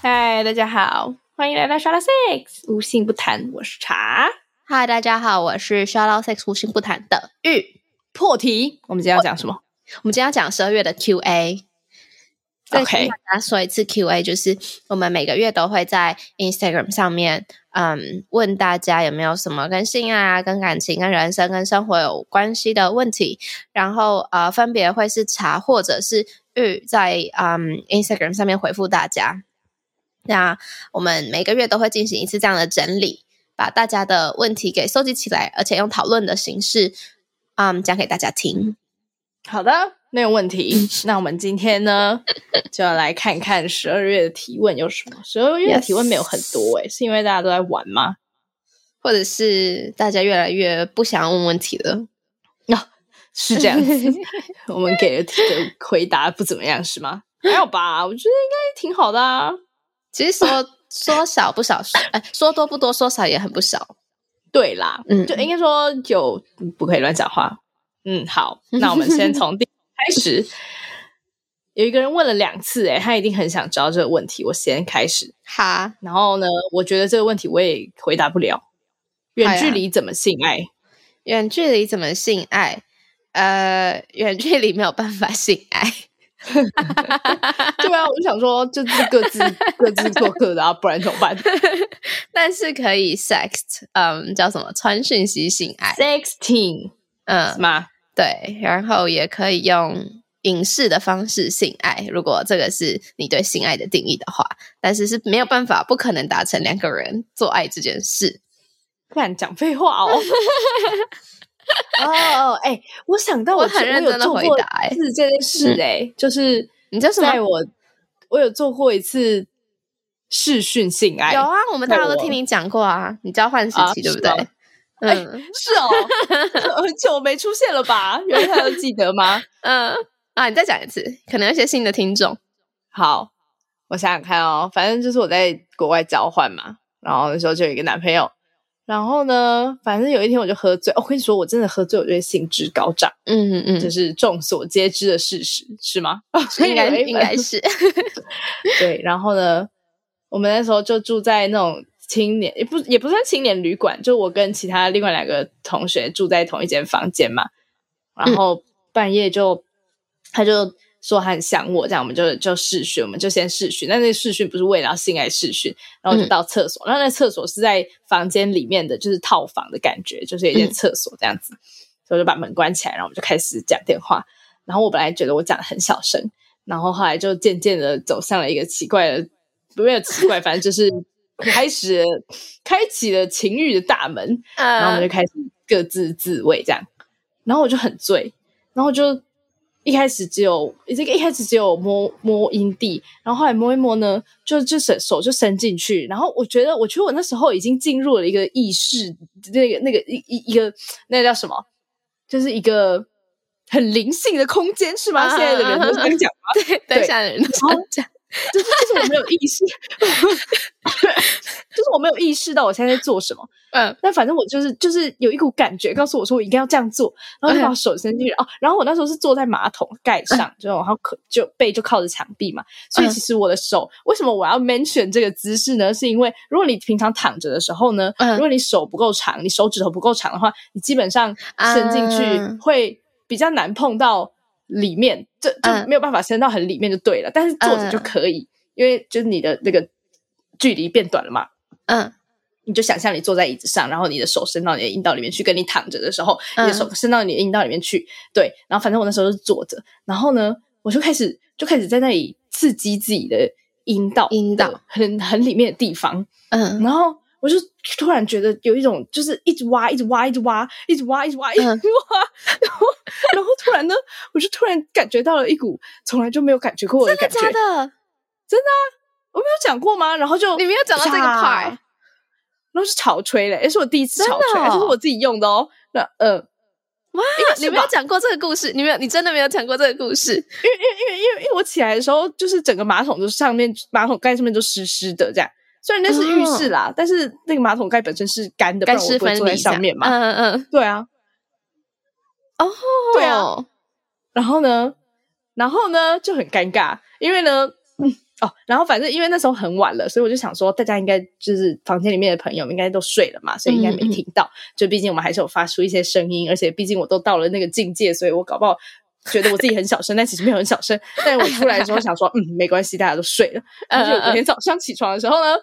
嗨，大家好，欢迎来到 Shut Up Six，无性不谈，我是茶。嗨，大家好，我是 Shout Out Sex 无心不谈的玉。破题，我们今天要讲什么？我们今天要讲十二月的 Q&A。再 OK 跟大家说一次 Q&A，就是我们每个月都会在 Instagram 上面，嗯，问大家有没有什么跟性啊、跟感情、跟人生、跟生活有关系的问题，然后呃，分别会是茶或者是玉在嗯 Instagram 上面回复大家。那我们每个月都会进行一次这样的整理，把大家的问题给收集起来，而且用讨论的形式，嗯，讲给大家听。好的，没有问 题。那我们今天呢，就要来看看十二月的提问有什么。十二月的 Yes 提问没有很多诶、欸是因为大家都在玩吗？或者是大家越来越不想要问问题了。是这样 子， 我们给的提的回答不怎么样 是吗？没有吧，我觉得应该挺好的啊。其实说说少不少，说哎、说多不多，说少也很不少。对啦，嗯就应该说有不可以乱讲话。嗯，好，那我们先从第一开始。有一个人问了两次、欸，他一定很想知道这个问题。我先开始，哈，然后呢，我觉得这个问题我也回答不了。远距哎呀离怎么性爱？远距离怎么性爱？呃， 远距离没有办法性爱。 对啊，我就想说，就是各 自各自做各的啊，不然怎么办但是可以 sext，嗯，叫什么传讯息性爱， ？Sexting 是嗯，吗？对，然后也可以用影视的方式性爱，如果这个是你对性爱的定义的话，但是是没有办法，不可能达成两个人做爱这件事。不然讲废话 哦。哦，哎、我想到我我很认真地做回过答哎是这件事哎、就是你叫什么在我我有做过一次视讯性爱，有啊，我们大家都我听你讲过啊，你交换时啊期、对不是对吗？哎嗯是哦，很 久没出现了吧？原来他都记 得吗？嗯啊，你再讲一次，可能有一些新的听众。好，我想想看哦，反正就是我在国外交换嘛，然后那时候就有一个男朋友，然后呢，反正有一天我就喝醉，哦我跟你说，我真的喝醉，我就会兴致高涨。嗯这嗯，是众所皆知的事实，是吗？应 该应该是对。然后呢，我们那时候就住在那种青年，也不也不算青年旅馆，就我跟其他另外两个同学住在同一间房间嘛。嗯然后半夜就、他就说他很想我，这样我们就就试训，我们就先试训。但那试训不是为了要性爱试训，然后我嗯就到厕所，然后那厕所是在房间里面的，就是套房的感觉，就是有一间嗯厕所这样子。所以我就把门关起来，然后我们就开始讲电话。然后我本来觉得我讲的很小声，然后后来就渐渐的走向了一个奇怪的，没有奇怪，反正就是开始了开启了情欲的大门，然后我们呃就开始各自自慰这样，然后我就很醉，然后就一开始只有这个一开始只有摸摸阴蒂，然后后来摸一摸呢，就就手手就伸进去，然后我觉得我觉得我那时候已经进入了一个意识，那个那个一一一个那个叫什么，就是一个很灵性的空间是吗？啊现在的人都这样讲吗？对，等一下人然讲后就是就是我没有意识， 就是我没有意识到我现在在做什么。嗯但反正我就是就是有一股感觉告诉我说我一定要这样做，然后嗯就把手伸进去哦。然后我那时候是坐在马桶盖上，就然后可就背就靠着墙壁嘛，所以嗯其实我的手为什么我要 mention 这个姿势呢？是因为如果你平常躺着的时候呢，嗯如果你手不够长，你手指头不够长的话，你基本上伸进啊去会比较难碰到里面，就就嗯没有办法伸到很里面就对了。但是坐着就嗯可以，因为就是你的那个距离变短了嘛。嗯你就想象你坐在椅子上，然后你的手伸到你的阴道里面去，跟你躺着的时候，嗯你的手伸到你的阴道里面去，对。然后反正我那时候是坐着，然后呢，我就开始就开始在那里刺激自己的阴道，阴道很很里面的地方，嗯，然后我就突然觉得有一种就是一直挖，一直挖，一直挖，一直挖，一直挖，一直挖， 嗯然后然后突然呢，我就突然感觉到了一股从来就没有感觉过的真的感假觉，的？真的啊，我没有讲过吗？然后就你没有讲到这个啪 part 然后是草吹嘞，也是我第一次真草的吹，而且是哦我自己用的哦。那呃，哇应该，是你没有吧讲过这个故事，你没有，你真的没有讲过这个故事。因为因为因为因为因为我起来的时候，就是整个马桶就是上面马桶盖上面都湿湿的这样。虽然那是浴室啦，但是那个马桶盖本身是干的，不干然我湿不会分坐在离上面嘛。嗯嗯嗯，对啊，哦，对啊，然后呢，然后呢就很尴尬，因为呢，嗯哦，然后反正因为那时候很晚了，所以我就想说，大家应该就是房间里面的朋友们应该都睡了嘛，所以应该没嗯嗯嗯听到。就毕竟我们还是有发出一些声音，而且毕竟我都到了那个境界，所以我搞不好。觉得我自己很小声，但其实没有很小声。但是我出来的时候想说，嗯，没关系，大家都睡了。而嗯且我昨天早上起床的时候呢，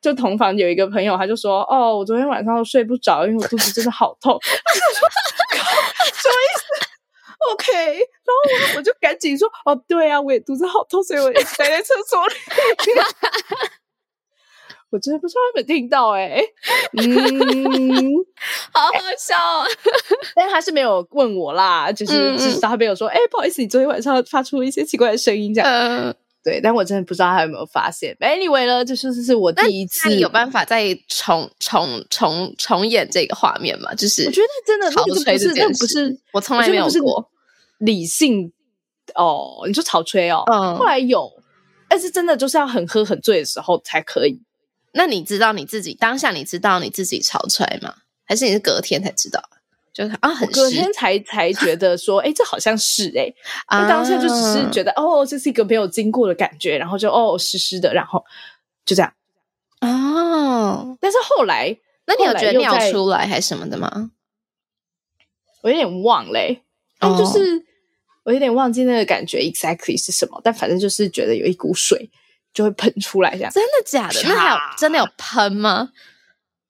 就同房有一个朋友，他就说：“哦，我昨天晚上都睡不着，因为我肚子真的好 痛。”我就说靠：“什么意思？”OK，然后我我就赶紧说：“哦，对啊，我也肚子好痛，所以我一直待在厕所 里。”我真的不知道他有没有听到哎、嗯，好好笑哦。 但是他是没有问我啦，就是嗯嗯至少他没有说，哎、不好意思，你昨天晚上发出一些奇怪的声音这样。嗯，对，但我真的不知道他有没有发现。Anyway 呢，就是这是我那第一次，那你有办法再重重重重演这个画面吗？就是我觉得真的那潮个不吹是，这那件个不事是，我从来没有过。理性哦，你说草吹哦，嗯后来有，但是真的就是要很喝很醉的时候才可以。那你知道你自己当下你知道你自己潮吹吗？还是你是隔天才知道？就是啊，很隔湿天才才觉得说，哎，这好像是哎、诶因啊，为当下就只是觉得、哦，这是一个没有经过的感觉，然后就哦湿湿的，然后就这样。哦。但是后来那你有觉得后尿来又在出来还是什么的吗？我有点忘嘞、但哦就是、我有点忘记那个感觉 exactly 是什么，但反正就是觉得有一股水就会喷出来这样。真的假的？那还有啪真的有喷吗？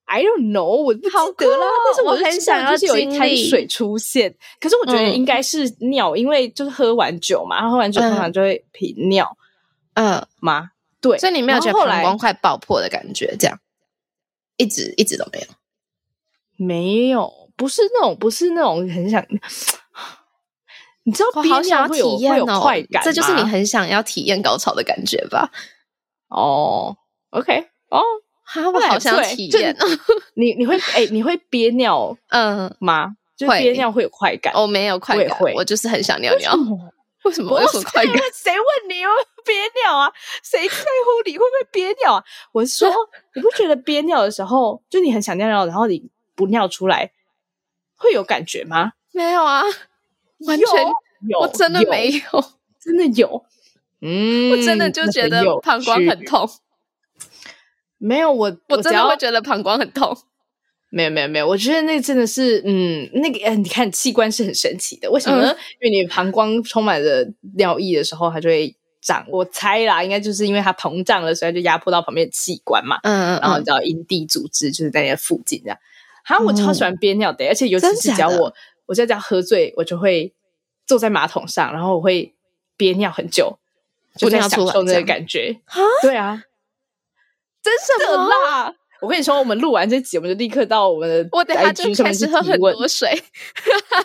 I don't know，我不记好得啦。酷哦但是我就很知道想要就是有一经滩历水出现，可是我觉得嗯应该是尿，因为就是喝完酒嘛，然后喝完酒通嗯常就会频尿嗯，嘛。对，所以你没有然后觉得后膀来胱快爆破的感觉，这样一直一直都没有。没有，不是那种，不是那种 很想。你知道我憋好想要尿会有体验会有哦快感，吗，这就是你很想要体验高潮的感觉吧？哦，OK，哦，哈，我好想体验哦。 你你会哎、你会憋尿嗯，吗？就是会憋尿会有快感。我没有快我也感，会我就是很想尿为什尿。么？为什么？不 我有什么快感？是 谁问你有没有憋尿啊？谁在乎你会不会憋尿啊？我是说，你不觉得憋尿的时候，就你很想尿尿，然后你不尿出来，会有感觉吗？没有啊， 完全有，我真的有没，有，真的有。嗯，我真的就觉得那很有膀胱很趣。痛，没有我，我真只的要会觉得膀胱很痛。没有没有没有，我觉得那真的是，嗯，那个，呃你看器官是很神奇的，为什嗯么呢？因为你膀胱充满了尿液的时候，它就会胀。我猜啦，应该就是因为它膨胀了，所以它就压迫到旁边的器官嘛，嗯然后你嗯知道阴蒂组织就是在那附近这样。好、像我超喜欢憋尿的，而且尤其哦真是假只要的我，我在家喝醉，我就会坐在马桶上，然后我会憋尿很久，就不在尿享出来受那这个样感觉。啊对啊，真的啦！我跟你说，我们录完这集，我们就立刻到我们的我等下就 IG 上开面去始喝提很问。多水，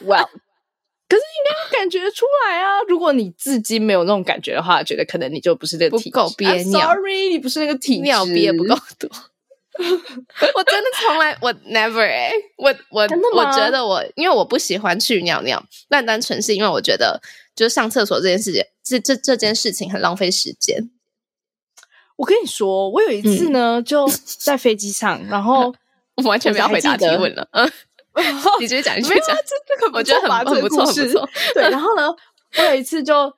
哇！可是应该感觉出来啊！如果你至今没有那种感觉的话，觉得可能你就不是那个不体质够憋 I'm 尿 Sorry，你不是那个体质，尿憋不够多。 我真的从来我 never 哎、我我真的我吗觉得我因为我不喜欢去尿尿，但单纯是因为我觉得就是上厕所这件事情，这这这件事情很浪费时间。我跟你说，我有一次呢， 就在飞机上，然后我完全不要回答提 问了， 嗯，你继续讲，你继没续有啊讲，这这个不我觉得错吧很很这不个错，故很事不错。对， 然后呢，我有一次就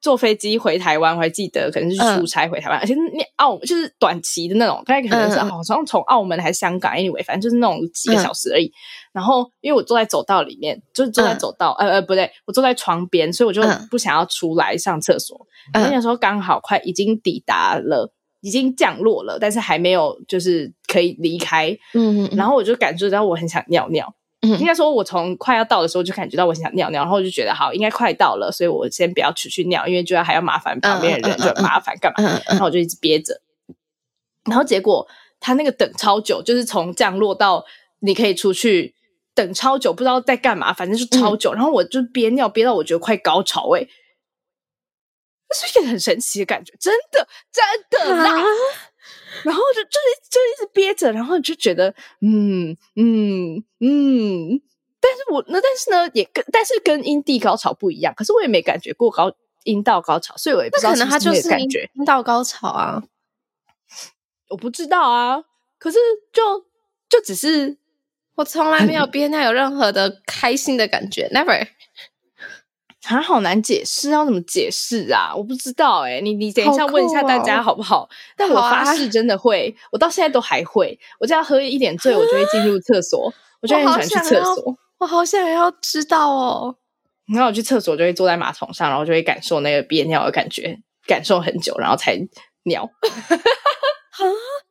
坐飞机回台湾，我还记得可能是去嗯出差回台湾，而且那澳就是短期的那种，大概可能是哦嗯嗯嗯好像从澳门还是香港，anyway，反正就是那种几个小时而已。然后因为我坐在走道里面，就是坐在嗯走道，呃呃不对，我坐在床边，所以我就嗯不想要出来上厕所。嗯那个时候刚好快已经抵达了。已经降落了，但是还没有就是可以离开，嗯然后我就感受到我很想尿尿。嗯应该说，我从快要到的时候就感觉到我很想尿尿，然后我就觉得好，应该快到了，所以我先不要出去尿，因为就要还要麻烦旁边的嗯人，嗯嗯就很麻烦干嘛？嗯然后我就一直憋着，然后结果他那个等超久，就是从降落到你可以出去等超久，不知嗯道欸在干嘛，反正就超久。然后我就憋尿憋到我觉得快高潮哎、这是一个很神奇的感觉，真的真的啦。啊然后就就一就一直憋着，然后你就觉得嗯嗯嗯，但是我那但是呢也跟但是跟阴蒂高潮不一样，可是我也没感觉过高阴道高潮，所以我也不那知道可能不他就那个是感觉，阴道高潮啊，我不知道啊。可是就就只是我从来没有憋尿有任何的开心的感觉，never。还啊好难解释，要怎么解释啊？我不知道哎、你你等一好下问一下酷大家哦好不好？ 但我好啊发誓真的会，我到现在都还会。我只要喝一点醉，我就会进入厕所，我就我很喜好欢去想厕要所。我好想要知道哦，然后我去厕所就会坐在马桶上，然后就会感受那个憋尿的感觉，感受很久，然后才尿。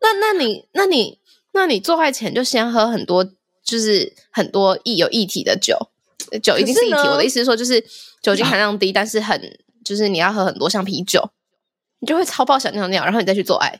那那你那你那你做爱前就先喝很多，就是很多液有液体的酒，呃酒一定是液可体。是呢啊我的意思是说，就是酒精含量低，但是很就是你要喝很多，像啤酒，你就会超爆想尿尿，然后你再去做爱。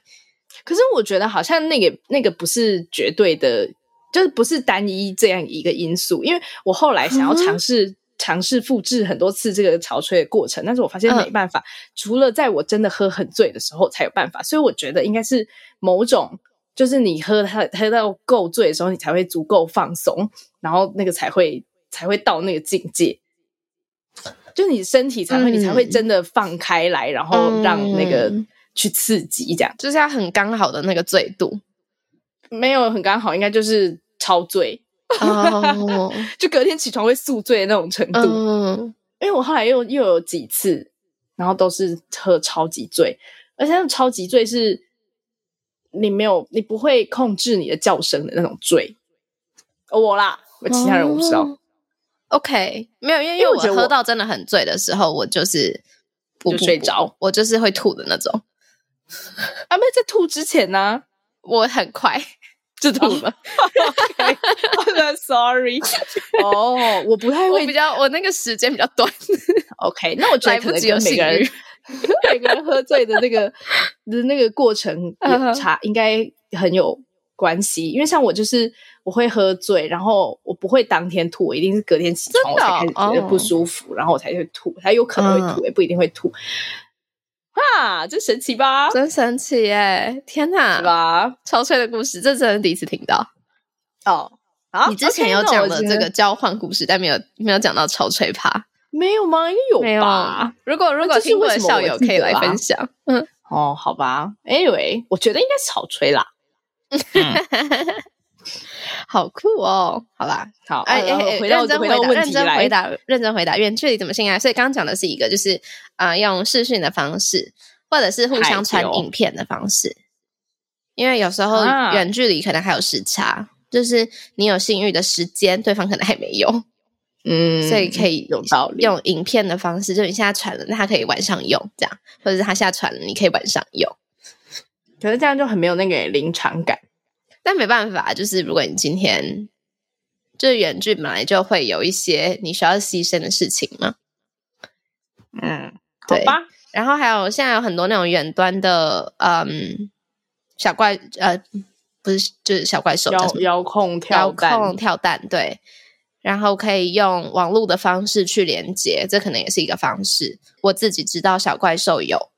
可是我觉得好像那个那个不是绝对的，就是不是单一这样一个因素。因为我后来想要嗯尝试、尝试复制很多次这个潮吹的过程，但是我发现嗯没办法，除了在我真的喝很醉的时候才有办法。所以我觉得应该是某种，就是你喝它喝到够醉的时候，你才会足够放松，然后那个才会才会到那个境界。就你身体才会，你才会嗯真的放开来，然后让那个嗯去刺激这样。就是要很刚好的那个醉度没有很刚好，应该就是超醉， 哦，就隔天起床会宿醉的那种程度。嗯，因为我后来又又有几次，然后都是喝超级醉，而且那种超级醉是你没有你不会控制你的叫声的那种醉。我啦，我其他人我不知道。哦 OK，没有，因为因因为为我我觉得我喝到真的很醉的时候，我就是我就睡着，我就是会吐的那种，阿妹啊在吐之前啊呢、 我很快就吐了。哦 OK，I'm sorry。哦，我不太我会比较我那个时间比较短， OK，那我觉得来可不能及有跟每性个人欲 每个人喝醉的 那个的那个过程嗯哼有差，应该很有关系。因为像我就是我会喝醉，然后我不会当天吐，我一定是隔天起床我真才的哦开始觉得不哦嗯舒服，然后我才会吐，才有可能会吐，也不一定会吐。哈，这神奇吧？是 真神奇耶！天哪，吧？超脆的故事，这真的第一次听到。哦。啊你之前 OK，有那讲我了觉这得个交换故事，但没有没有讲到超脆趴，没有吗？应该有吧？如果如那果这是听过为的什么校我友记可以得来啊分享，嗯，哦，好吧。Anyway，我觉得应该是草吹啦。嗯好酷哦！好啦，好，哎哎然后哎，回到认真回回到答，问认题真来回答，认真回答。远距离怎么性爱？所以刚刚讲的是一个，就是呃，用视讯的方式，或者是互相传嗨对哦影片的方式，因为有时候啊远距离可能还有时差，就是你有性欲的时间，对方可能还没有，嗯所以可以有道理。用影片的方式，就你现在传了，那他可以晚上用这样，或者是他下传了，你可以晚上用。可是这样就很没有那个临场感。但没办法，就是如果你今天就是远距本来就会有一些你需要牺牲的事情嘛。嗯，好对吧，然后还有现在有很多那种远端的，嗯，小怪呃，不是就是小怪兽叫遥什么？遥控遥跳蛋，控跳蛋对，然后可以用网络的方式去连接，这可能也是一个方式。我自己知道小怪兽有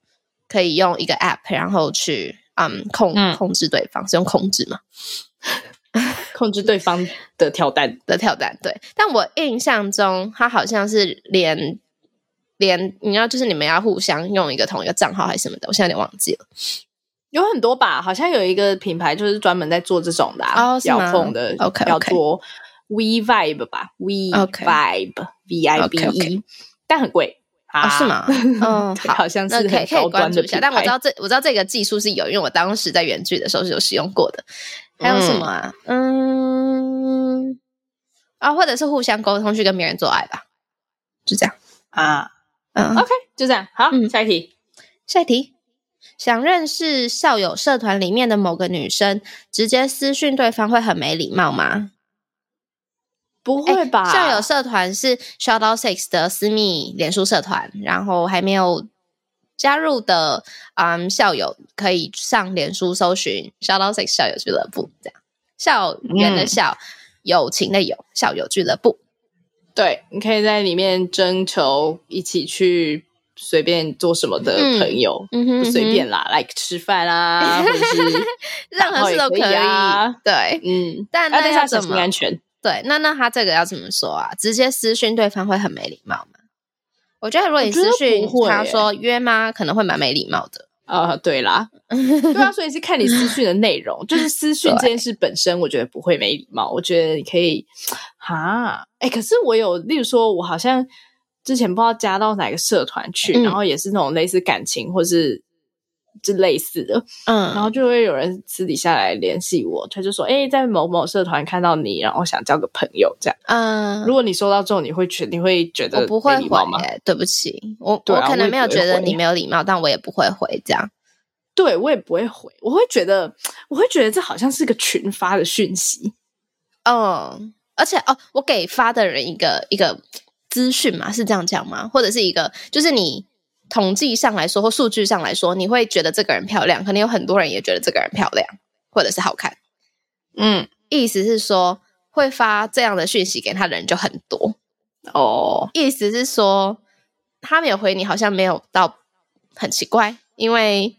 可以用一个 app，然后去嗯控嗯控制对方，是用控制嘛控制对方的跳蛋。的跳蛋对。但我印象中，它好像是连连你要就是你们要互相用一个同一个账号还是什么的，我现在有点忘记了。有很多吧，好像有一个品牌就是专门在做这种的、啊哦是遥吗控的 OK，OK 叫做 V Vibe 吧，V OK Vibe V I B E， OK，OK 但很贵啊啊，是？ 吗？嗯，对好，好像是那可以很可高以关端注的一下。品但我牌知道这我知道这个技术是有，因为我当时在原剧的时候是有使用过的。还有什么啊？嗯，啊，或者是互相沟通去跟别人做爱吧，就这样。啊嗯， ，OK，就这样。好，嗯下一题。下一题，想认识校友社团里面的某个女生，直接私讯对方会很没礼貌吗？不哎会吧？校友社团是 Shout Out Six 的私密脸书社团，然后还没有加入的嗯校友可以上脸书搜寻 Shout Out Six 校友俱乐部，这样校园的嗯校，友情的友，校友俱乐部。对，你可以在里面征求一起去随便做什么的嗯朋友，嗯哼就随便啦，like 吃 饭啊，或者是任何事都可打炮也可以啊对，嗯，但啊那但是要要小怎心么安？全。对，那那他这个要怎么说啊？直接私讯对方会很没礼貌吗？我觉得如果你我觉得私讯不会他耶说约吗，可能会蛮没礼貌的。呃，对 啦，对啊，所以是看你私讯的内容，就是私讯这件事本身，我觉得不会没礼貌。我觉得你可以，哈，哎、可是我有，例如说，我好像之前不知道加到哪个社团去，嗯然后也是那种类似感情或是就类似的，嗯，然后就会有人私底下来联系我，他就说，哎、在某某社团看到你，然后想交个朋友这样。嗯，如果你收到之后，你会觉你会觉得我不会没礼貌吗回、？欸，对不起，我对啊我可我能也没有不会觉得回你没有礼貌，但我也不会回这样。对我也不会回，我会觉得，我会觉得这好像是个群发的讯息。嗯，而且哦，我给发的人一个一个资讯嘛，是这样讲吗？或者是一个，就是你统计上来说或数据上来说，你会觉得这个人漂亮，可能有很多人也觉得这个人漂亮或者是好看。嗯，意思是说，会发这样的讯息给他的人就很多。哦，意思是说，他没有回你，好像没有到很奇怪，因为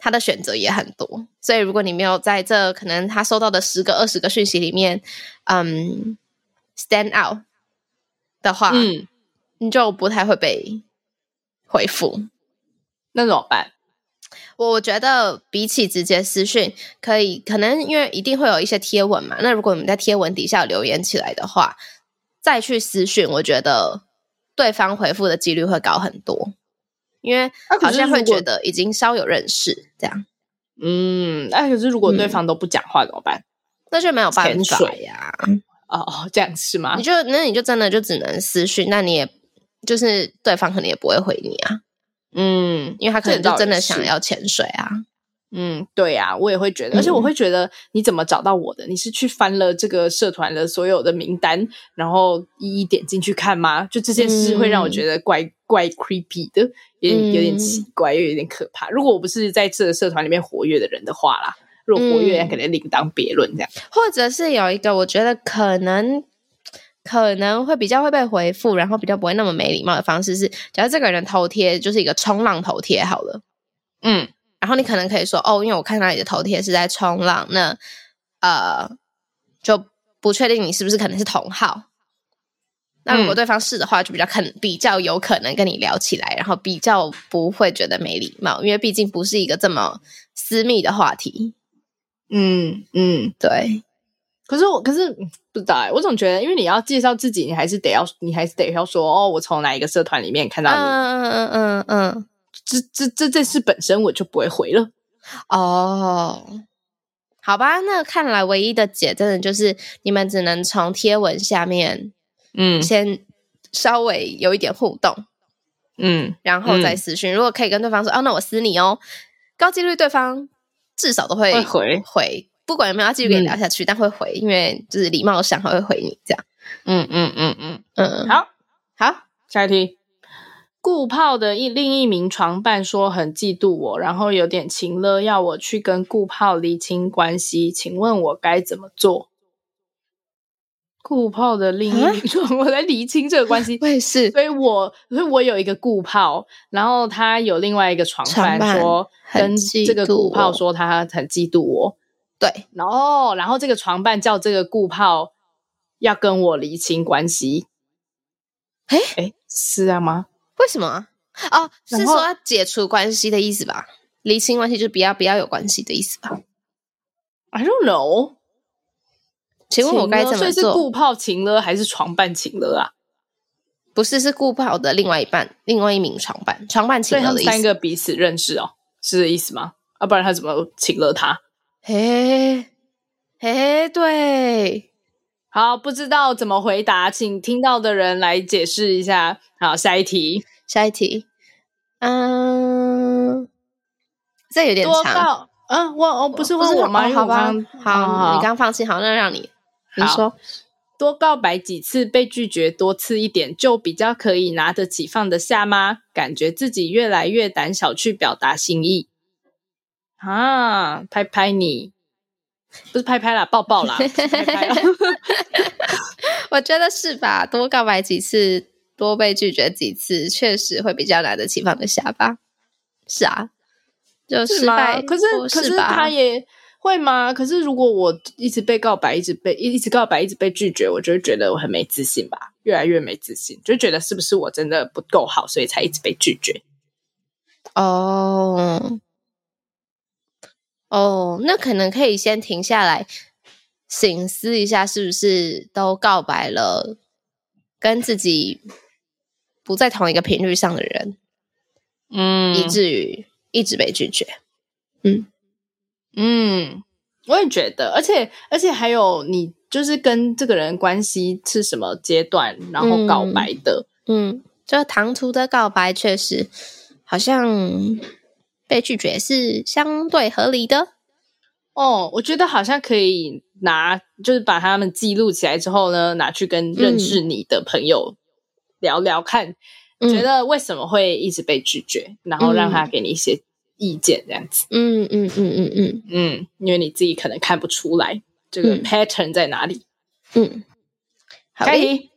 他的选择也很多，所以如果你没有在这可能他收到的十个、二十个讯息里面，嗯，stand out 的话，嗯，你就不太会被回复。那怎么办？我我觉得比起直接私讯，可以可能因为一定会有一些贴文嘛，那如果你们在贴文底下留言起来的话，再去私讯，我觉得对方回复的几率会高很多，因为啊可好是像如会觉果得已经稍有认识，这样嗯，那、可是如果对方都不讲话怎么办？那就没有办潜法水呀。哦，这样是吗你？就那你就真的就只能私讯，那你也就是对方可能也不会回你啊，嗯因为他可能这就倒真的也想是要潜水啊。嗯，对呀、我也会觉得，而且嗯我会觉得你怎么找到我的？你是去翻了这个社团的所有的名单，然后一一点进去看吗？就这件事会让我嗯觉得怪、怪 creepy 的，有点有点奇怪，又有点可怕。如果我不是在这个社团里面活跃的人的话啦，如果活跃，嗯可能另当别论这样。或者是有一个我觉得可能可能会比较会被回复，然后比较不会那么没礼貌的方式是，假如这个人头贴就是一个冲浪头贴好了，嗯，然后你可能可以说哦，因为我看到你的头贴是在冲浪，那呃就不确定你是不是可能是同号。那如果嗯对方是的话，就比较肯比较有可能跟你聊起来，然后比较不会觉得没礼貌，因为毕竟不是一个这么私密的话题。嗯嗯，对，可是我可是嗯不知道哎、我总觉得，因为你要介绍自己，你还是得要，你还是得要说哦，我从哪一个社团里面看到你，嗯嗯嗯嗯嗯。这这这件事本身我就不会回了。哦，好吧，那看来唯一的解真的就是你们只能从贴文下面嗯先稍微有一点互动，嗯，然后再嗯私讯。如果可以跟对方说哦，那我私你哦，高几率对方至少都会会回回不管有没有要继续跟你聊下去，但会回，因为就是礼貌上还会回你这样。嗯嗯嗯嗯，嗯，好，好，下一题。顾炮的一另一名床伴说很嫉妒我，然后有点情了，要我去跟顾炮厘清关系，请问我该怎么做？顾炮的另一名床，我来厘清这个关系， 我也是所以我所以我有一个顾炮，然后他有另外一个床床伴伴说很跟嫉这个妒顾我炮说他很嫉妒我，对，然后哦然后这个床伴叫这个顾炮要跟我厘清关系。诶诶是啊吗？为什么啊？哦，是然后说要解除关系的意思吧？厘清关系就是不要不要有关系的意思吧？ I don't know。请问我该怎情么了所以做是？顾炮情了还是床伴情了啊？不是，是顾不好的另外一半，另外一名床伴，床伴所请以他了们的意思。三个彼此认识哦，是这意思吗？啊，不然他怎么请了他？嘿，嘿，对，好，不知道怎么回答，请听到的人来解释一下。好，下一题。下一题，嗯，这有点多长，到嗯，我我不是不问是我吗？哦因为好我吧刚，好，你刚放弃，好，那让你，你好说，多告白几次被拒绝多次一点，就比较可以拿得起放得下吗？感觉自己越来越胆小去表达心意啊！拍拍你，不是拍拍啦，抱抱 啦，不是拍拍啦我觉得是吧？多告白几次多被拒绝几次，确实会比较拿得起放得下吧？是啊，就失败吗？可是不可是吧他也会吗？可是如果我一直被告白，一直被一一直告白，一直被拒绝，我就会觉得我很没自信吧，越来越没自信，就觉得是不是我真的不够好，所以才一直被拒绝？哦，哦，那可能可以先停下来，醒思一下，是不是都告白了，跟自己不在同一个频率上的人，嗯以至于一直被拒绝。嗯，我也觉得，而且而且还有你就是跟这个人关系是什么阶段，然后告白的，嗯，就唐突的告白，确实好像被拒绝是相对合理的。哦，我觉得好像可以拿，就是把他们记录起来之后呢，拿去跟认识你的朋友聊聊看，嗯觉得为什么会一直被拒绝，然后让他给你一些意见，这样子。嗯嗯嗯嗯嗯嗯，因为你自己可能看不出来这个嗯 pattern 在哪里。嗯，好可的。以，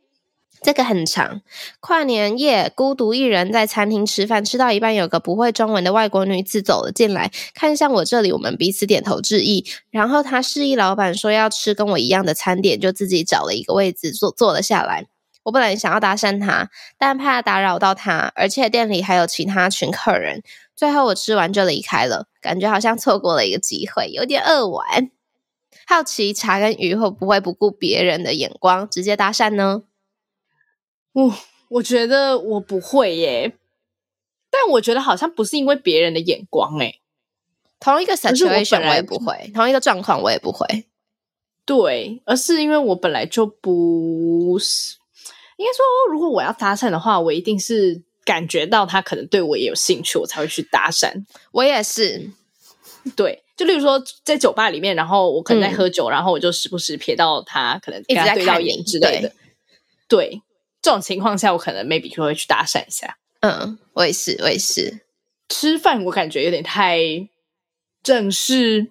这个很长。跨年夜，孤独一人在餐厅吃饭，吃到一半，有个不会中文的外国女子走了进来，看向我这里，我们彼此点头致意。然后她示意老板说要吃跟我一样的餐点，就自己找了一个位置坐坐了下来。我本来想要搭讪她，但怕打扰到她，而且店里还有其他群客人。最后我吃完就离开了，感觉好像错过了一个机会，有点扼腕。好奇茶跟鱼会不会不顾别人的眼光直接搭讪呢？我哦我觉得我不会耶，但我觉得好像不是因为别人的眼光哎，同一个是我本 situation 我来也不会，同一个状况我也不会。对，而是因为我本来就不是，应该说，如果我要搭讪的话，我一定是感觉到他可能对我也有兴趣，我才会去搭讪。我也是，对，就例如说在酒吧里面，然后我可能在嗯喝酒，然后我就时不时瞥到他，可能一直跟他在对到看眼你之类的。对，这种情况下，我可能 maybe 就会去搭讪一下。嗯，我也是，我也是。吃饭我感觉有点太正式，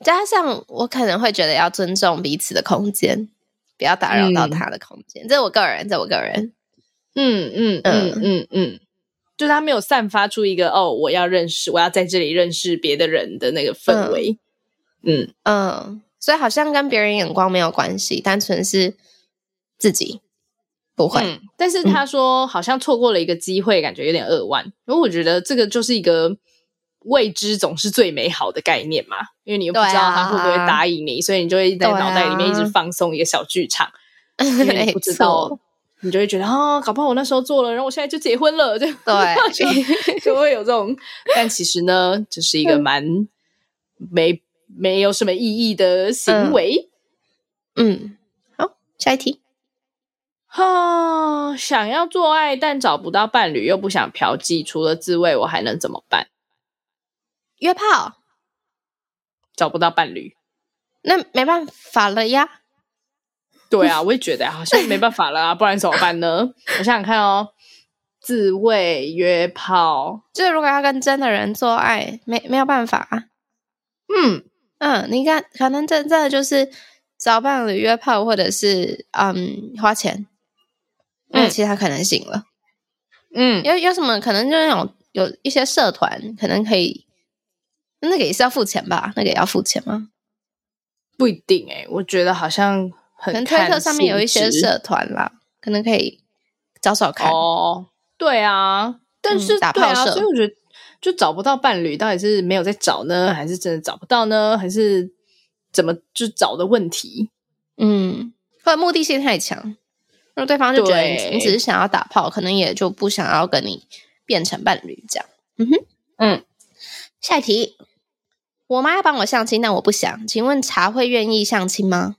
加上我可能会觉得要尊重彼此的空间，不要打扰到他的空间。这我个人，这我个人。嗯嗯嗯嗯嗯，就是他没有散发出一个哦，我要认识，我要在这里认识别的人的那个氛围。嗯嗯，所以好像跟别人眼光没有关系，单纯是自己不会。嗯，但是他说好像错过了一个机会，感觉有点扼腕。因为我觉得这个就是一个未知总是最美好的概念嘛，因为你又不知道对啊他会不会答应你，所以你就会在对啊脑袋里面一直放送一个小剧场，嗯因 为你不知没道错，你就会觉得啊、搞不好我那时候做了，然后我现在就结婚了，就就对 就会有这种。但其实呢，这、是一个嗯蛮没没有什么意义的行为。嗯，好，下一题。哈，想要做爱但找不到伴侣，又不想嫖妓，除了自慰，我还能怎么办？约炮，找不到伴侣，那没办法了呀。对啊，我也觉得好像没办法了啊，不然怎么办呢？我想想看哦，自慰、约炮，就是如果要跟真的人做爱，没没有办法、嗯，嗯，你看，可能真真的就是找伴侣约炮，或者是嗯花钱，没有嗯其他可能性了。嗯，有有什么可能就是那种有一些社团可能可以，那个也是要付钱吧？那个也要付钱吗？不一定哎、我觉得好像可很能推特看上面有一些性质社团啦，可能可以找找看。哦，对啊，但是、嗯打对炮啊，社所以我觉得就找不到伴侣，到底是没有在找呢，还是真的找不到呢，还是怎么就找的问题？嗯，或者目的性太强，如果对方就觉得你对你只是想要打炮，可能也就不想要跟你变成伴侣这样。嗯哼，嗯，下一题，我妈要帮我相亲，但我不想，请问茶会愿意相亲吗？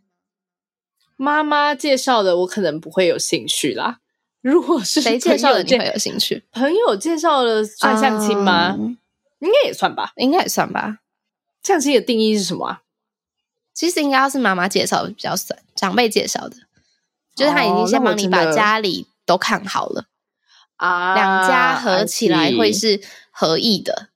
妈妈介绍的，我可能不会有兴趣啦。如果是谁介绍的朋友你会有兴趣？朋友介绍的 算相亲吗？嗯应该也算吧。应该也算吧。相亲的定义是什么啊？其实应该要是妈妈介绍的比较算，长辈介绍的，就是他已哦经先那我帮你真把的家里都看好了，啊两家合起来会是合意的。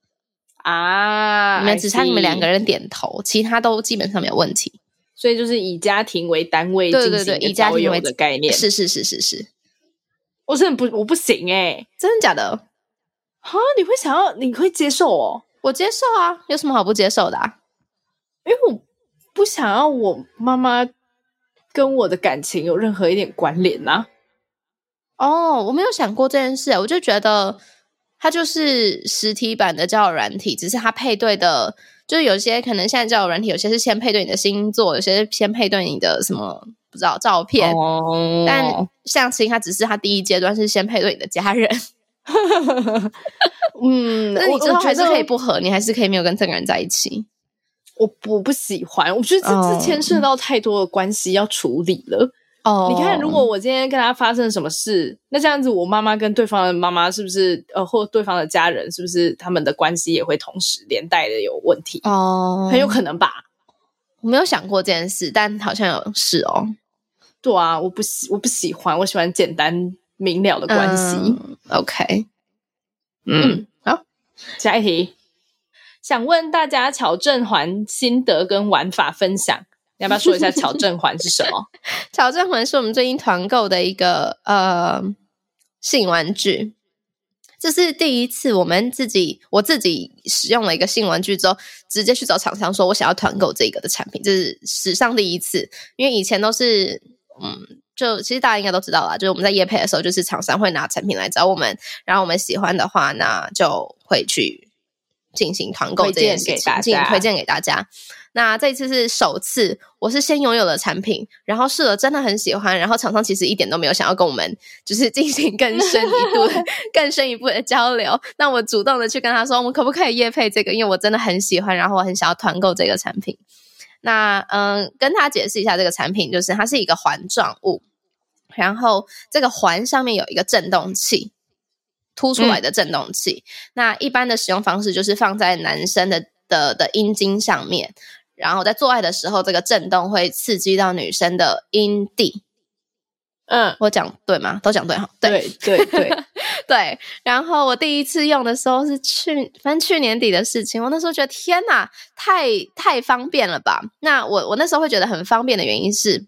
啊，你们只差你们两个人，人点头，其他都基本上没有问题。所以就是以家庭为单位对进对行对，一个以家交庭友为的概念。是是是是是。我真的不，我不行哎、真的假的？哈，你会想要，你会接受哦，我接受啊，有什么好不接受的、啊？因为我不想要我妈妈跟我的感情有任何一点关联呐、哦，我没有想过这件事，我就觉得它就是实体版的交友软体，只是它配对的，就是有些可能现在交友软体有些是先配对你的星座，有些是先配对你的什么不知道照片，哦但相亲它只是它第一阶段是先配对你的家人，嗯，那你我之后还是可以，我觉得不合，你还是可以没有跟这个人在一起。我我不喜欢，我觉得这哦这牵涉到太多的关系要处理了。哦你看，如果我今天跟他发生什么事，那这样子，我妈妈跟对方的妈妈是不是，呃，或对方的家人是不是，他们的关系也会同时连带的有问题？哦，很有可能吧？我没有想过这件事，但好像有是哦，对啊，我不喜，我不喜欢，我喜欢简单明了的关系。嗯 OK，嗯，好，下一题，想问大家矫正环心得跟玩法分享，你要不要说一下矫正环是什么？矫正环是我们最近团购的一个呃性玩具，这是第一次我们自己我自己使用了一个性玩具之后，直接去找厂商说我想要团购这个的产品，这是史上第一次，因为以前都是嗯。就其实大家应该都知道啦，就是我们在夜配的时候，就是厂商会拿产品来找我们，然后我们喜欢的话，那就会去进行团购推这件荐事给情大，进行家推荐给大家。那这一次是首次，我是先拥有了产品，然后试了，真的很喜欢。然后厂商其实一点都没有想要跟我们就是进行更深一步 的、更深一步的交流。那我主动的去跟他说，我们可不可以夜配这个？因为我真的很喜欢，然后我很想要团购这个产品。那嗯，跟他解释一下这个产品，就是它是一个环状物，然后这个环上面有一个振动器，凸出来的振动器。那一般的使用方式就是放在男生的的的阴茎上面，然后在做爱的时候，这个震动会刺激到女生的阴蒂。嗯，我讲对吗？都讲对哈。 对对对 对，对。然后我第一次用的时候是去，反正去年底的事情。我那时候觉得天哪，太太方便了吧？那我我那时候会觉得很方便的原因是。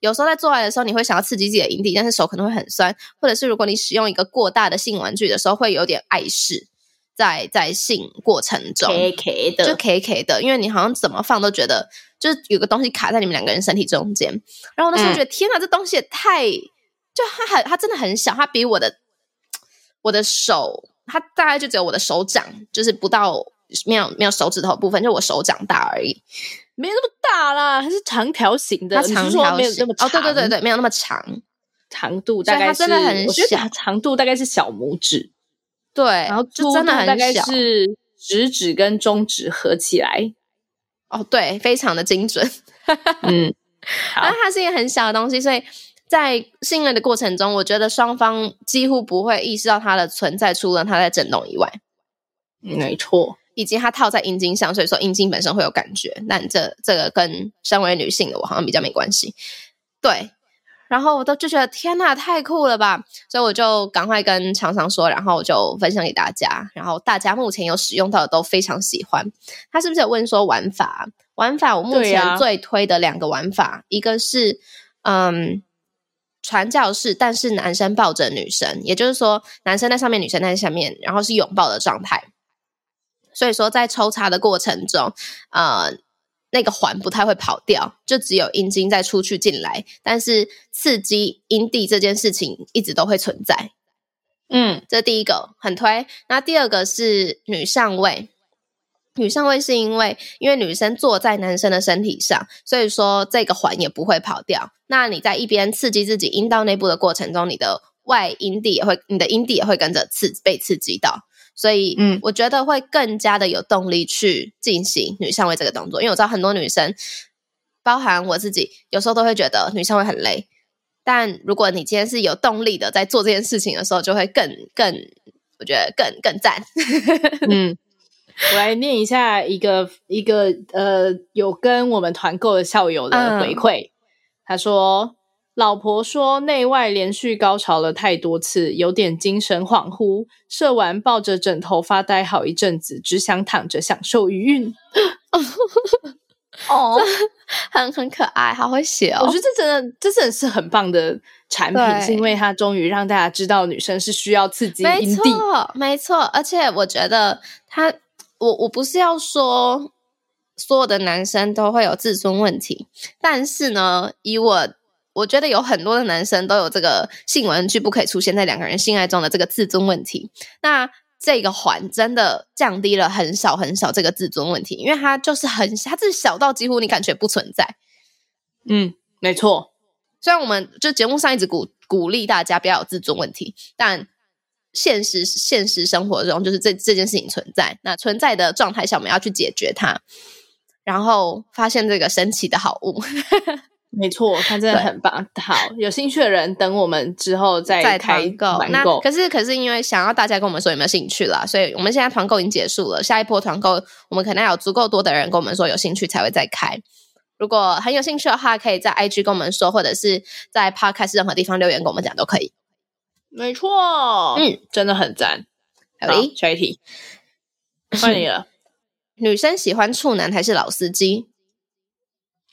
有时候在做爱的时候，你会想要刺激自己的阴蒂，但是手可能会很酸，或者是如果你使用一个过大的性玩具的时候，会有点碍事，在在性过程中。 K 就 K K 的，因为你好像怎么放都觉得，就是有个东西卡在你们两个人身体中间。然后我那时候觉得，天哪，这东西也太……就它很，它真的很小，它比我的我的手，它大概就只有我的手掌，就是不到没有没有手指头部分，就我手掌大而已。没那么大啦，它是长条形的，它你是长说条没有形那么长，哦，对对对，对，没有那么长。长度所以大概它是，真的很我觉得小它长度大概是小拇指，对，然后就真的粗度大很概小是食指跟中指合起 来，哦，对，非常的精准。嗯，好但它是一个很小的东西，所以在信任的过程中，我觉得双方几乎不会意识到它的存在，除了它在震动以外，没错，以及它套在阴茎上，所以说阴茎本身会有感觉。但这这个跟身为女性的我好像比较没关系。对，然后我都就觉得天呐，太酷了吧！所以我就赶快跟厂商说，然后我就分享给大家，然后大家目前有使用到的都非常喜欢。他是不是有问说玩法？玩法我目对前呀最推的两个玩法，一个是嗯传教士，但是男生抱着女生，也就是说男生在上面，女生在下面，然后是拥抱的状态。所以说在抽插的过程中，呃，那个环不太会跑掉，就只有阴茎在出去进来，但是刺激阴蒂这件事情一直都会存在。嗯，这第一个很推。那第二个是女上位，女上位是因为因为女生坐在男生的身体上，所以说这个环也不会跑掉。那你在一边刺激自己阴道内部的过程中，你的外阴蒂也会，你的阴蒂也会跟着刺被刺激到。所以，嗯我觉得会更加的有动力去进行女上位这个动作，因为我知道很多女生，包含我自己，有时候都会觉得女上位很累，但如果你今天是有动力的在做这件事情的时候，就会更更，我觉得更更赞。 嗯，我来念一下一个一个呃，有跟我们团购的校友的嗯回馈。他说：“老婆说内外连续高潮了太多次，有点精神恍惚，射完抱着枕头发呆好一阵子，只想躺着享受余韵。”哦，很很可爱，好会写我哦觉。得这真的，这真的是很棒的产品，对是因为它终于让大家知道女生是需要刺激没阴蒂。错，没错，而且我觉得他，我我不是要说所有的男生都会有自尊问题，但是呢，以我我觉得有很多的男生都有这个性玩具不可以出现在两个人性爱中的这个自尊问题。那这个环真的降低了很少很少这个自尊问题，因为它就是很它是小到几乎你感觉不存在。嗯，没错，虽然我们就节目上一直鼓鼓励大家不要有自尊问题，但现实现实生活中就是这这件事情存在。那存在的状态下，我们要去解决它，然后发现这个神奇的好物，没错，它真的对很棒。好，有兴趣的人等我们之后再在开团购。团那购可是可是因为想要大家跟我们说有没有兴趣啦，所以我们现在团购已经结束了，下一波团购我们可能要有足够多的人跟我们说有兴趣才会再开。如果很有兴趣的话，可以在 IG 跟我们说，或者是在 Podcast 任何地方留言跟我们讲都可以。没错，嗯，真的很赞。好好，下 一题，换你了。女生喜欢处男还是老司机？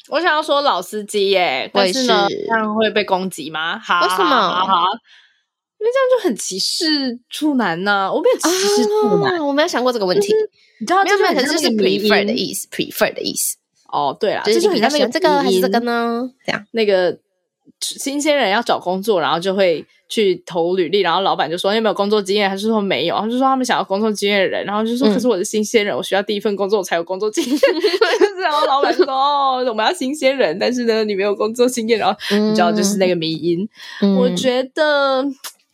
我想要说老司机耶，我但也是呢，是这样会被攻击吗？好，为什么好好好好因为这样就很歧视处男呢、我没有歧视处男，啊我没有想过这个问题。你知道没有这没有，就很可嗯像是那是个迷因 prefer 的意思，prefer 的意思，哦，对啦，啊就是这就你比很较像喜那个欢这个还是这个迷因？呢？这样那个新鲜人要找工作，然后就会去投履历，然后老板就说你有没有工作经验？他就说没有，他就说他们想要工作经验的人，然后就说嗯可是我是新鲜人，我需要第一份工作我才有工作经验。 就是然后老板 就说哦，我们要新鲜人，但是呢你没有工作经验，然后你知道就是那个迷因。嗯我觉得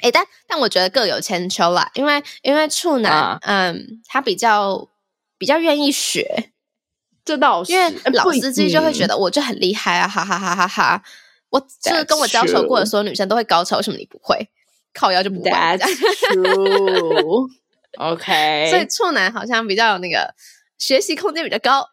哎、但但我觉得各有千秋啦，因为因为处男，啊嗯，他比较比较愿意学，这倒是，因为呃老司机就会觉。不一得我就很厉害啊，哈哈哈哈哈！我就是跟我 That's 交手过的 true 所有女生都会高潮，为什么你不会？靠腰就不会。 That's true. OK，所以处男好像比较有那个学习空间比较高，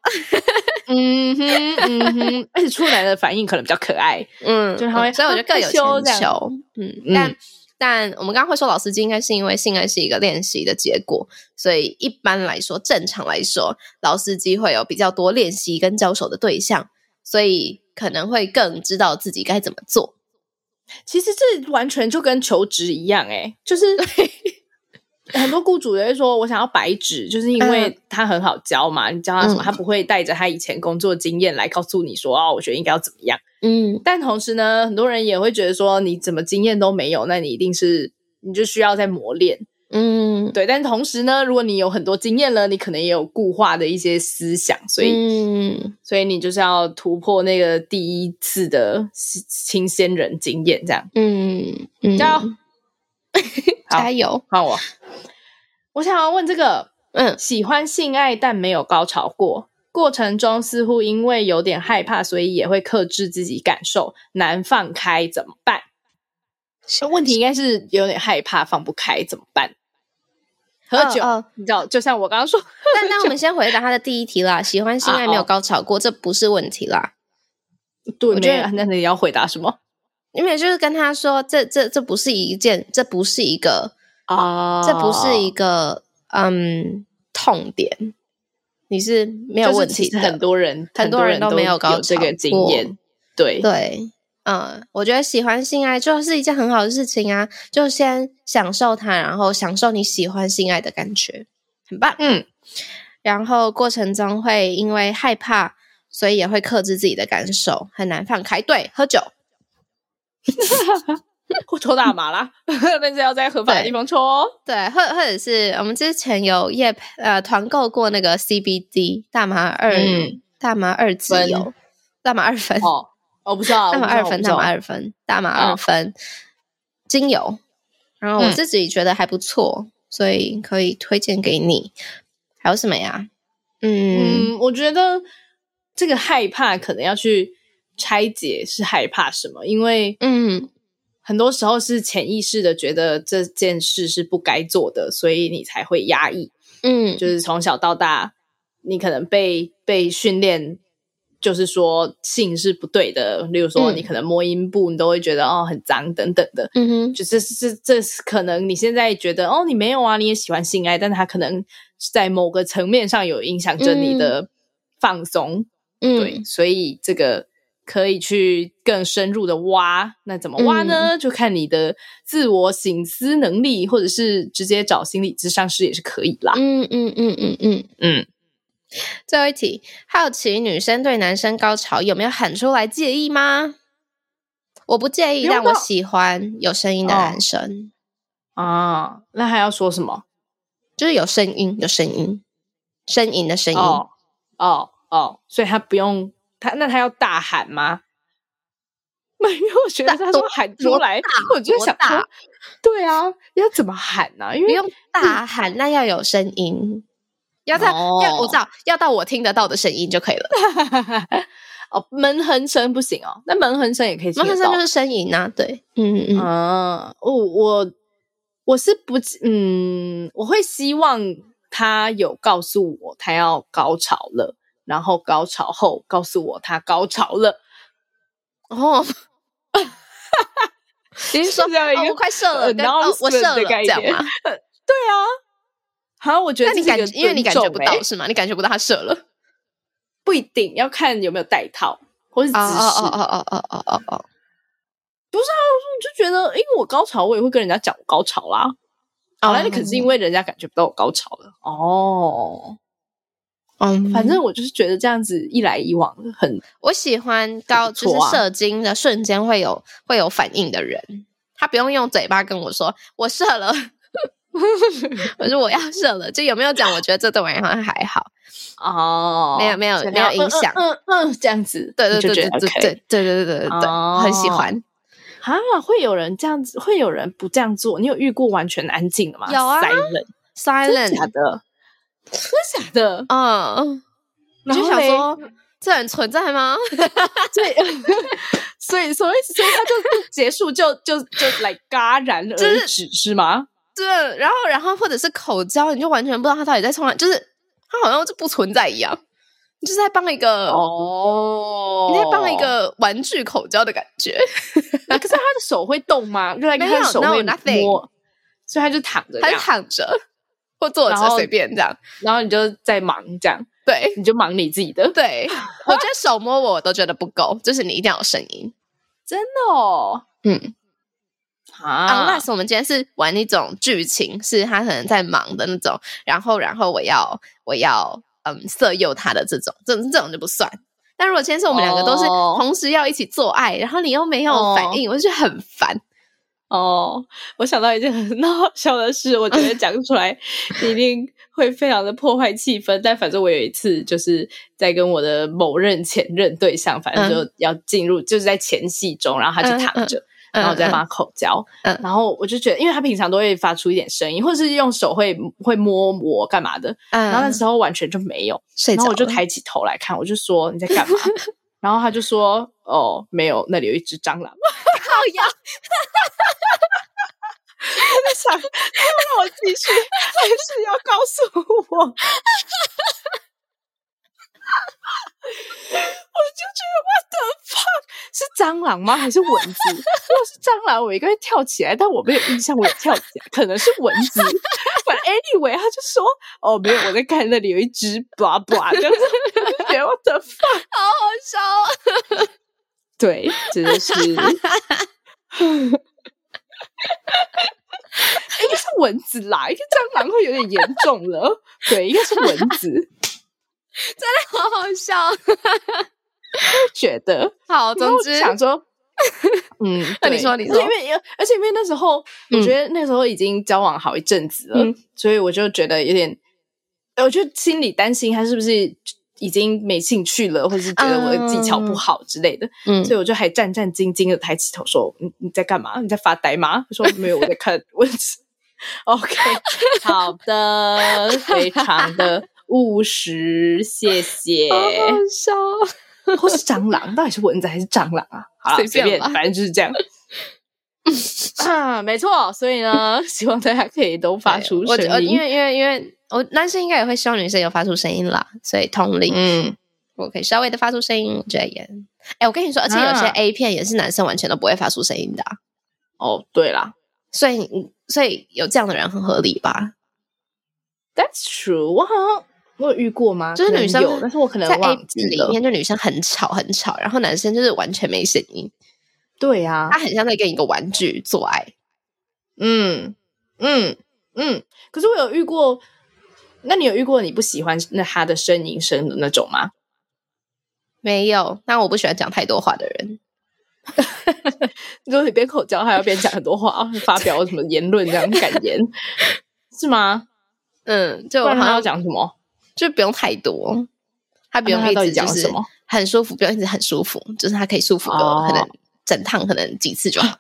嗯哼嗯哼，而且处男的反应可能比较可爱，嗯，就是他会嗯所以我觉得各有啊害羞这千样秋，嗯，嗯但但我们刚刚会说老司机，应该是因为性爱是一个练习的结果，所以一般来说，正常来说，老司机会有比较多练习跟交手的对象，所以可能会更知道自己该怎么做。其实这完全就跟求职一样、欸，就是 很多雇主也会说，我想要白纸，就是因为嗯他很好教嘛，你教他什嗯么，他不会带着他以前工作经验来告诉你说，哦，我觉得应该要怎么样。嗯，但同时呢，很多人也会觉得说，你怎么经验都没有，那你一定是你就需要再磨练。嗯，对，但同时呢，如果你有很多经验了，你可能也有固化的一些思想，所以、嗯，所以你就是要突破那个第一次的新新鲜人经验，这样嗯，嗯，加油。好加油，换我，我想要问这个：哦嗯，喜欢性爱但没有高潮过，过程中似乎因为有点害怕，所以也会克制自己感受，难放开怎么办？呃问题应该是有点害怕放不开怎么办？喝酒，哦哦你知道，就像我刚刚说， 但那我们先回答他的第一题啦，喜欢啊性爱没有高潮过，这不是问题啦。对，觉得没有那你要回答什么因为就是跟他说，这这这不是一件，这不是一个，啊这不是一个嗯痛点，你是没没有问题的。很多人，很多人都都没有高这个潮经过验，对，对，嗯，我觉得喜欢性爱就是一件很好的事情啊，就先享受它，然后享受你喜欢性爱的感觉，很棒。嗯，然后过程中会因为害怕，所以也会克制自己的感受，很难放开。对，喝酒。或抽大麻啦， 但是要在合法的对地方抽哦。对，或或者是我们之前有夜呃团购过那个 CBD 大麻二、嗯大麻二自由分大麻二分、 哦，我不知道，大麻我不二分啊知道我不知大道麻二分大麻二哦分精油，然后我嗯自己觉得还不错，所以可以推荐给你。还有什么呀？嗯嗯，我觉得这个害怕可能要去拆解是害怕什么，因为嗯很多时候是潜意识的觉得这件事是不该做的，所以你才会压抑。嗯，就是从小到大，你可能被被训练，就是说性是不对的。例如说，嗯你可能摸阴部，你都会觉得哦很脏等等的。嗯哼，就这这这是可能你现在觉得哦，你没有啊，你也喜欢性爱，但它可能在某个层面上有影响着你的放松，嗯对，所以这个可以去更深入的挖。那怎么挖呢？就看你的自我醒思能力，或者是直接找心理咨商师也是可以啦。嗯嗯嗯嗯嗯嗯，最后一题，好奇女生对男生高潮有没有喊出来介意吗？我不介意，不用但我到喜欢有声音的哦男生，啊，那还要说什么？就是有声音，有声音，呻吟的声音。哦哦哦，所以他不用他，那他要大喊吗？ 没有，我觉得大他多说喊出多来大，我就多想大说，对啊，要怎么喊呢、因不为用大喊，那要有声音，要在、要我知道要到我听得到的声音就可以了。 哦，门横声不行哦，那门横声也可以听猫得先到生就是呻吟啊，对，嗯嗯嗯，啊，我我我是不嗯，我会希望他有告诉我他要高潮了，然后高潮后告诉我他高潮 了，哦，你是说是这样一哦个我快射了，呃跟哦我 announcement 射的了概这样念吗？ 好像我觉得那你这是一感个觉，因为你感觉尊重不到欸是吗？你感觉不到他射 了？不一定要看有没有带套或是姿哦势，哦哦哦哦哦哦哦，我就觉得因为我高潮，我也会跟人家讲我高潮啦。好了，那可是因为人家感觉不到我高潮了嗯哦。嗯，反正我就是觉得这样子一来一往很我喜欢高，很不就错是啊射精的瞬间会有会有反应的人，他不用用嘴巴跟我说我射了， 我说我要射了，就有没有讲？我觉得这对我来说还好，哦，没有没有所以没有要影响嗯嗯嗯嗯这样子，对对你就对觉对得对 OK 对对对对对对，很喜欢。啊，会有人这样子，会有人不这样做，你有遇过完全安静的吗？有啊 s i l e n 真的假 Silent，的？真的假的？嗯，我然就后想嘞说这人存在吗？ 所以 所以所以所以他就结束就就就来戛然而就是止是吗？对，然后然后或者是口交，你就完全不知道他到底在冲哪，就是他好像就不存在一样，你就是在帮一个。哦你在帮一，个玩具口交的感觉，那哎可是他的手会动吗？就来看没有他手 no，会 nothing 摸，所以他就躺着这他就样，躺着或坐然着后随便这样。然后你就在忙这样，对你就忙你自己的，对， 我觉得手摸我我都觉得不够，就是你一定要有声音。真的哦，嗯啊，unless 我们今天是玩那种剧情，是他可能在忙的那种，然后然后我要我要嗯色诱他的这种，这种这种就不算。但如果今天是我们两个都是哦同时要一起做爱，然后你又没有反应，我就觉得很烦。哦，我想到一件很好笑的事，我觉得讲 出来一定会非常的破坏气氛。但反正我有一次就是在跟我的某任前任对象，反正嗯就要进入，就是在前戏中，然后他就躺着，然后我在帮他口交，嗯嗯然后我就觉得，因为他平常都会发出一点声音，或者是用手会会摸我干嘛的，嗯，然后那嗯时候完全就没有，睡然着后我就了抬起头来看，我就说你在干嘛？然后他就说哦，没有，那里有一只蟑螂。 靠腰，想要让我继续，还是要告诉我？我 就觉得我的 fuck 是蟑螂吗？还是蚊子？如果是蟑螂，我应该会跳起来，但我没有印象我有跳起来，可能是蚊子。 反正 anyway，他就说哦，没有，我在看那里有一只 blah blah，这样子， 我就觉得我的 fuck，好好笑哦。 对，真的是。应该是蚊子啦，因为蟑螂会有点严重哦了。对，应该是蚊子，好好笑。我 觉得。好，然后总我就之，想说，嗯，那你对说你可是说因为而且因为那时候，我嗯觉得那时候已经交往好一阵子了，嗯所以我就觉得有点，呃我就心里担心他是不是已经没兴趣了，或是觉得我的技巧不好之类的。嗯所以我就还战战兢兢的抬起头说：“你你在干嘛？你在发呆吗？”他说：“没有，我在看我只。”OK，好的，非常的务实，谢谢。笑。 或是蟑螂，到底是蚊子还是蟑螂啊？好啦随随便便吧，反正就是这样。 啊，没错，所以呢，希望大家可以都发出我我声音，因为因为因为我男生应该也会希望女生有发出声音啦，所以同理，嗯，我可以稍微的发出声音，我觉得也，哎，我跟你说，而且有啊些 A 片也是男生完全都不会发出声音的啊、哦，对啦所以你所以有这样的人很合理吧？ ，That's true，我好像我有遇过吗？就是可能女生有，但是我可能在 A 忘剧记里了。面，就女生很吵很吵，然后男生就是完全没声音，对啊，他很像在跟一个玩具做爱。嗯嗯嗯。可是我有遇过，那你有遇过你不喜欢那他的呻吟声的那种吗？没有，那我不喜欢讲太多话的人。就是你边口交还要边讲很多话，发表什么言论这样感 言，是吗？嗯，就不我然好他要像讲什么？就不用太多，他不用那他一到底直讲就了是什么？很舒服，不用一直很舒服，就是他可以舒服个哦可能整趟可能几次就 好，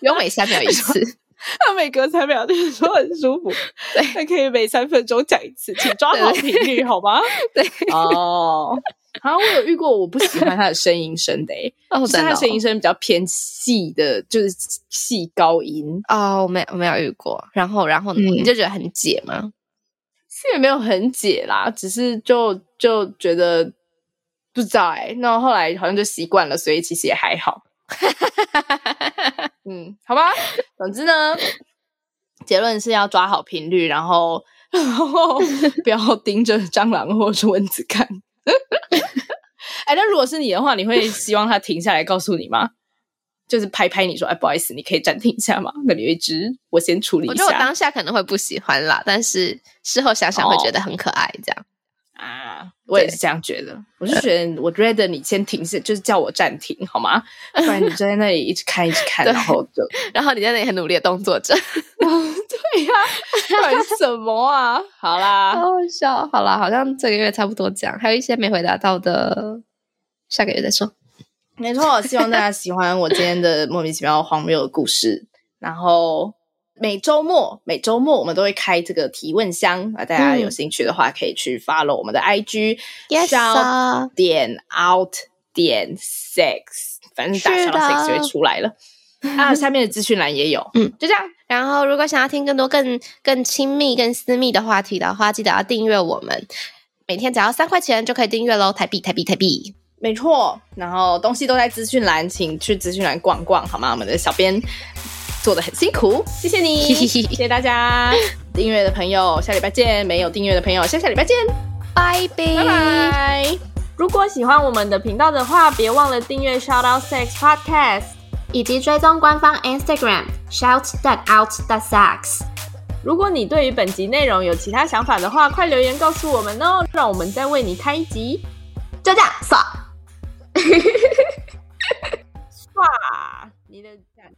不用每三秒一次。他每隔三秒就是说很舒服，对，他可以每三分钟讲一次，请抓好频率好 吗？对，哦，好像我有遇过我不喜欢他的声音声的、 欸，哦，就是真他的的声音哦声比较偏细的，就是细高音，哦，我没我没有遇过。然后，然后呢？嗯你就觉得很解吗？是也没有很解啦，只是就就觉得不知道哎、那后来好像就习惯了，所以其实也还好。嗯，好吧，总之呢，结论是要抓好频率，然后然后不要盯着蟑螂或者是蚊子看。哎，那如果是你的话，你会希望它停下来告诉你吗？就是拍拍你说，哎，不好意思，你可以暂停一下吗？那里有一只，我先处理一我下。觉得我当下可能会不喜欢啦，但是事后想想会觉得很可爱，这样。啊，我也是这样觉得。我是觉得，我觉得你先停是，就是叫我暂停好 吗？不然你就在那里一直看一直看，对然后就然后你在那里很努力的动作着， 对 呀、管什么啊？好 啦， 好笑。好啦，好像这个月差不多这样，还有一些没回答到的，下个月再说。没错，希望大家喜欢我今天的莫名其妙荒谬的故事。然后每周末，每周末我们都会开这个提问箱啊，大家有兴趣的话可以去 follow 我们的 IG，嗯 Yes 啊烧点 out 点 sex，反正打是上的 sex 就会出来了。啊，下面的资讯栏也有，嗯，就这样。然后，如果想要听更多、更更亲密、更私密的话题的话，记得要订阅我们，每天只要三块钱就可以订阅喽，台币、台币、台币。没错，然后东西都在资讯栏，请去资讯栏逛逛，好吗？我们的小编做的很辛苦，谢谢你，谢谢大家。订阅的朋友，下礼拜见；没有订阅的朋友，下下礼拜见，拜拜，拜拜。如果喜欢我们的频道的话，别忘了订阅 Shout Out Sex Podcast。以及追踪官方 Instagram shout that out that sucks。如果你对于本集内容有其他想法的话，快留言告诉我们哦，让我们再为你开一集。就这样，爽。啊哇，你的感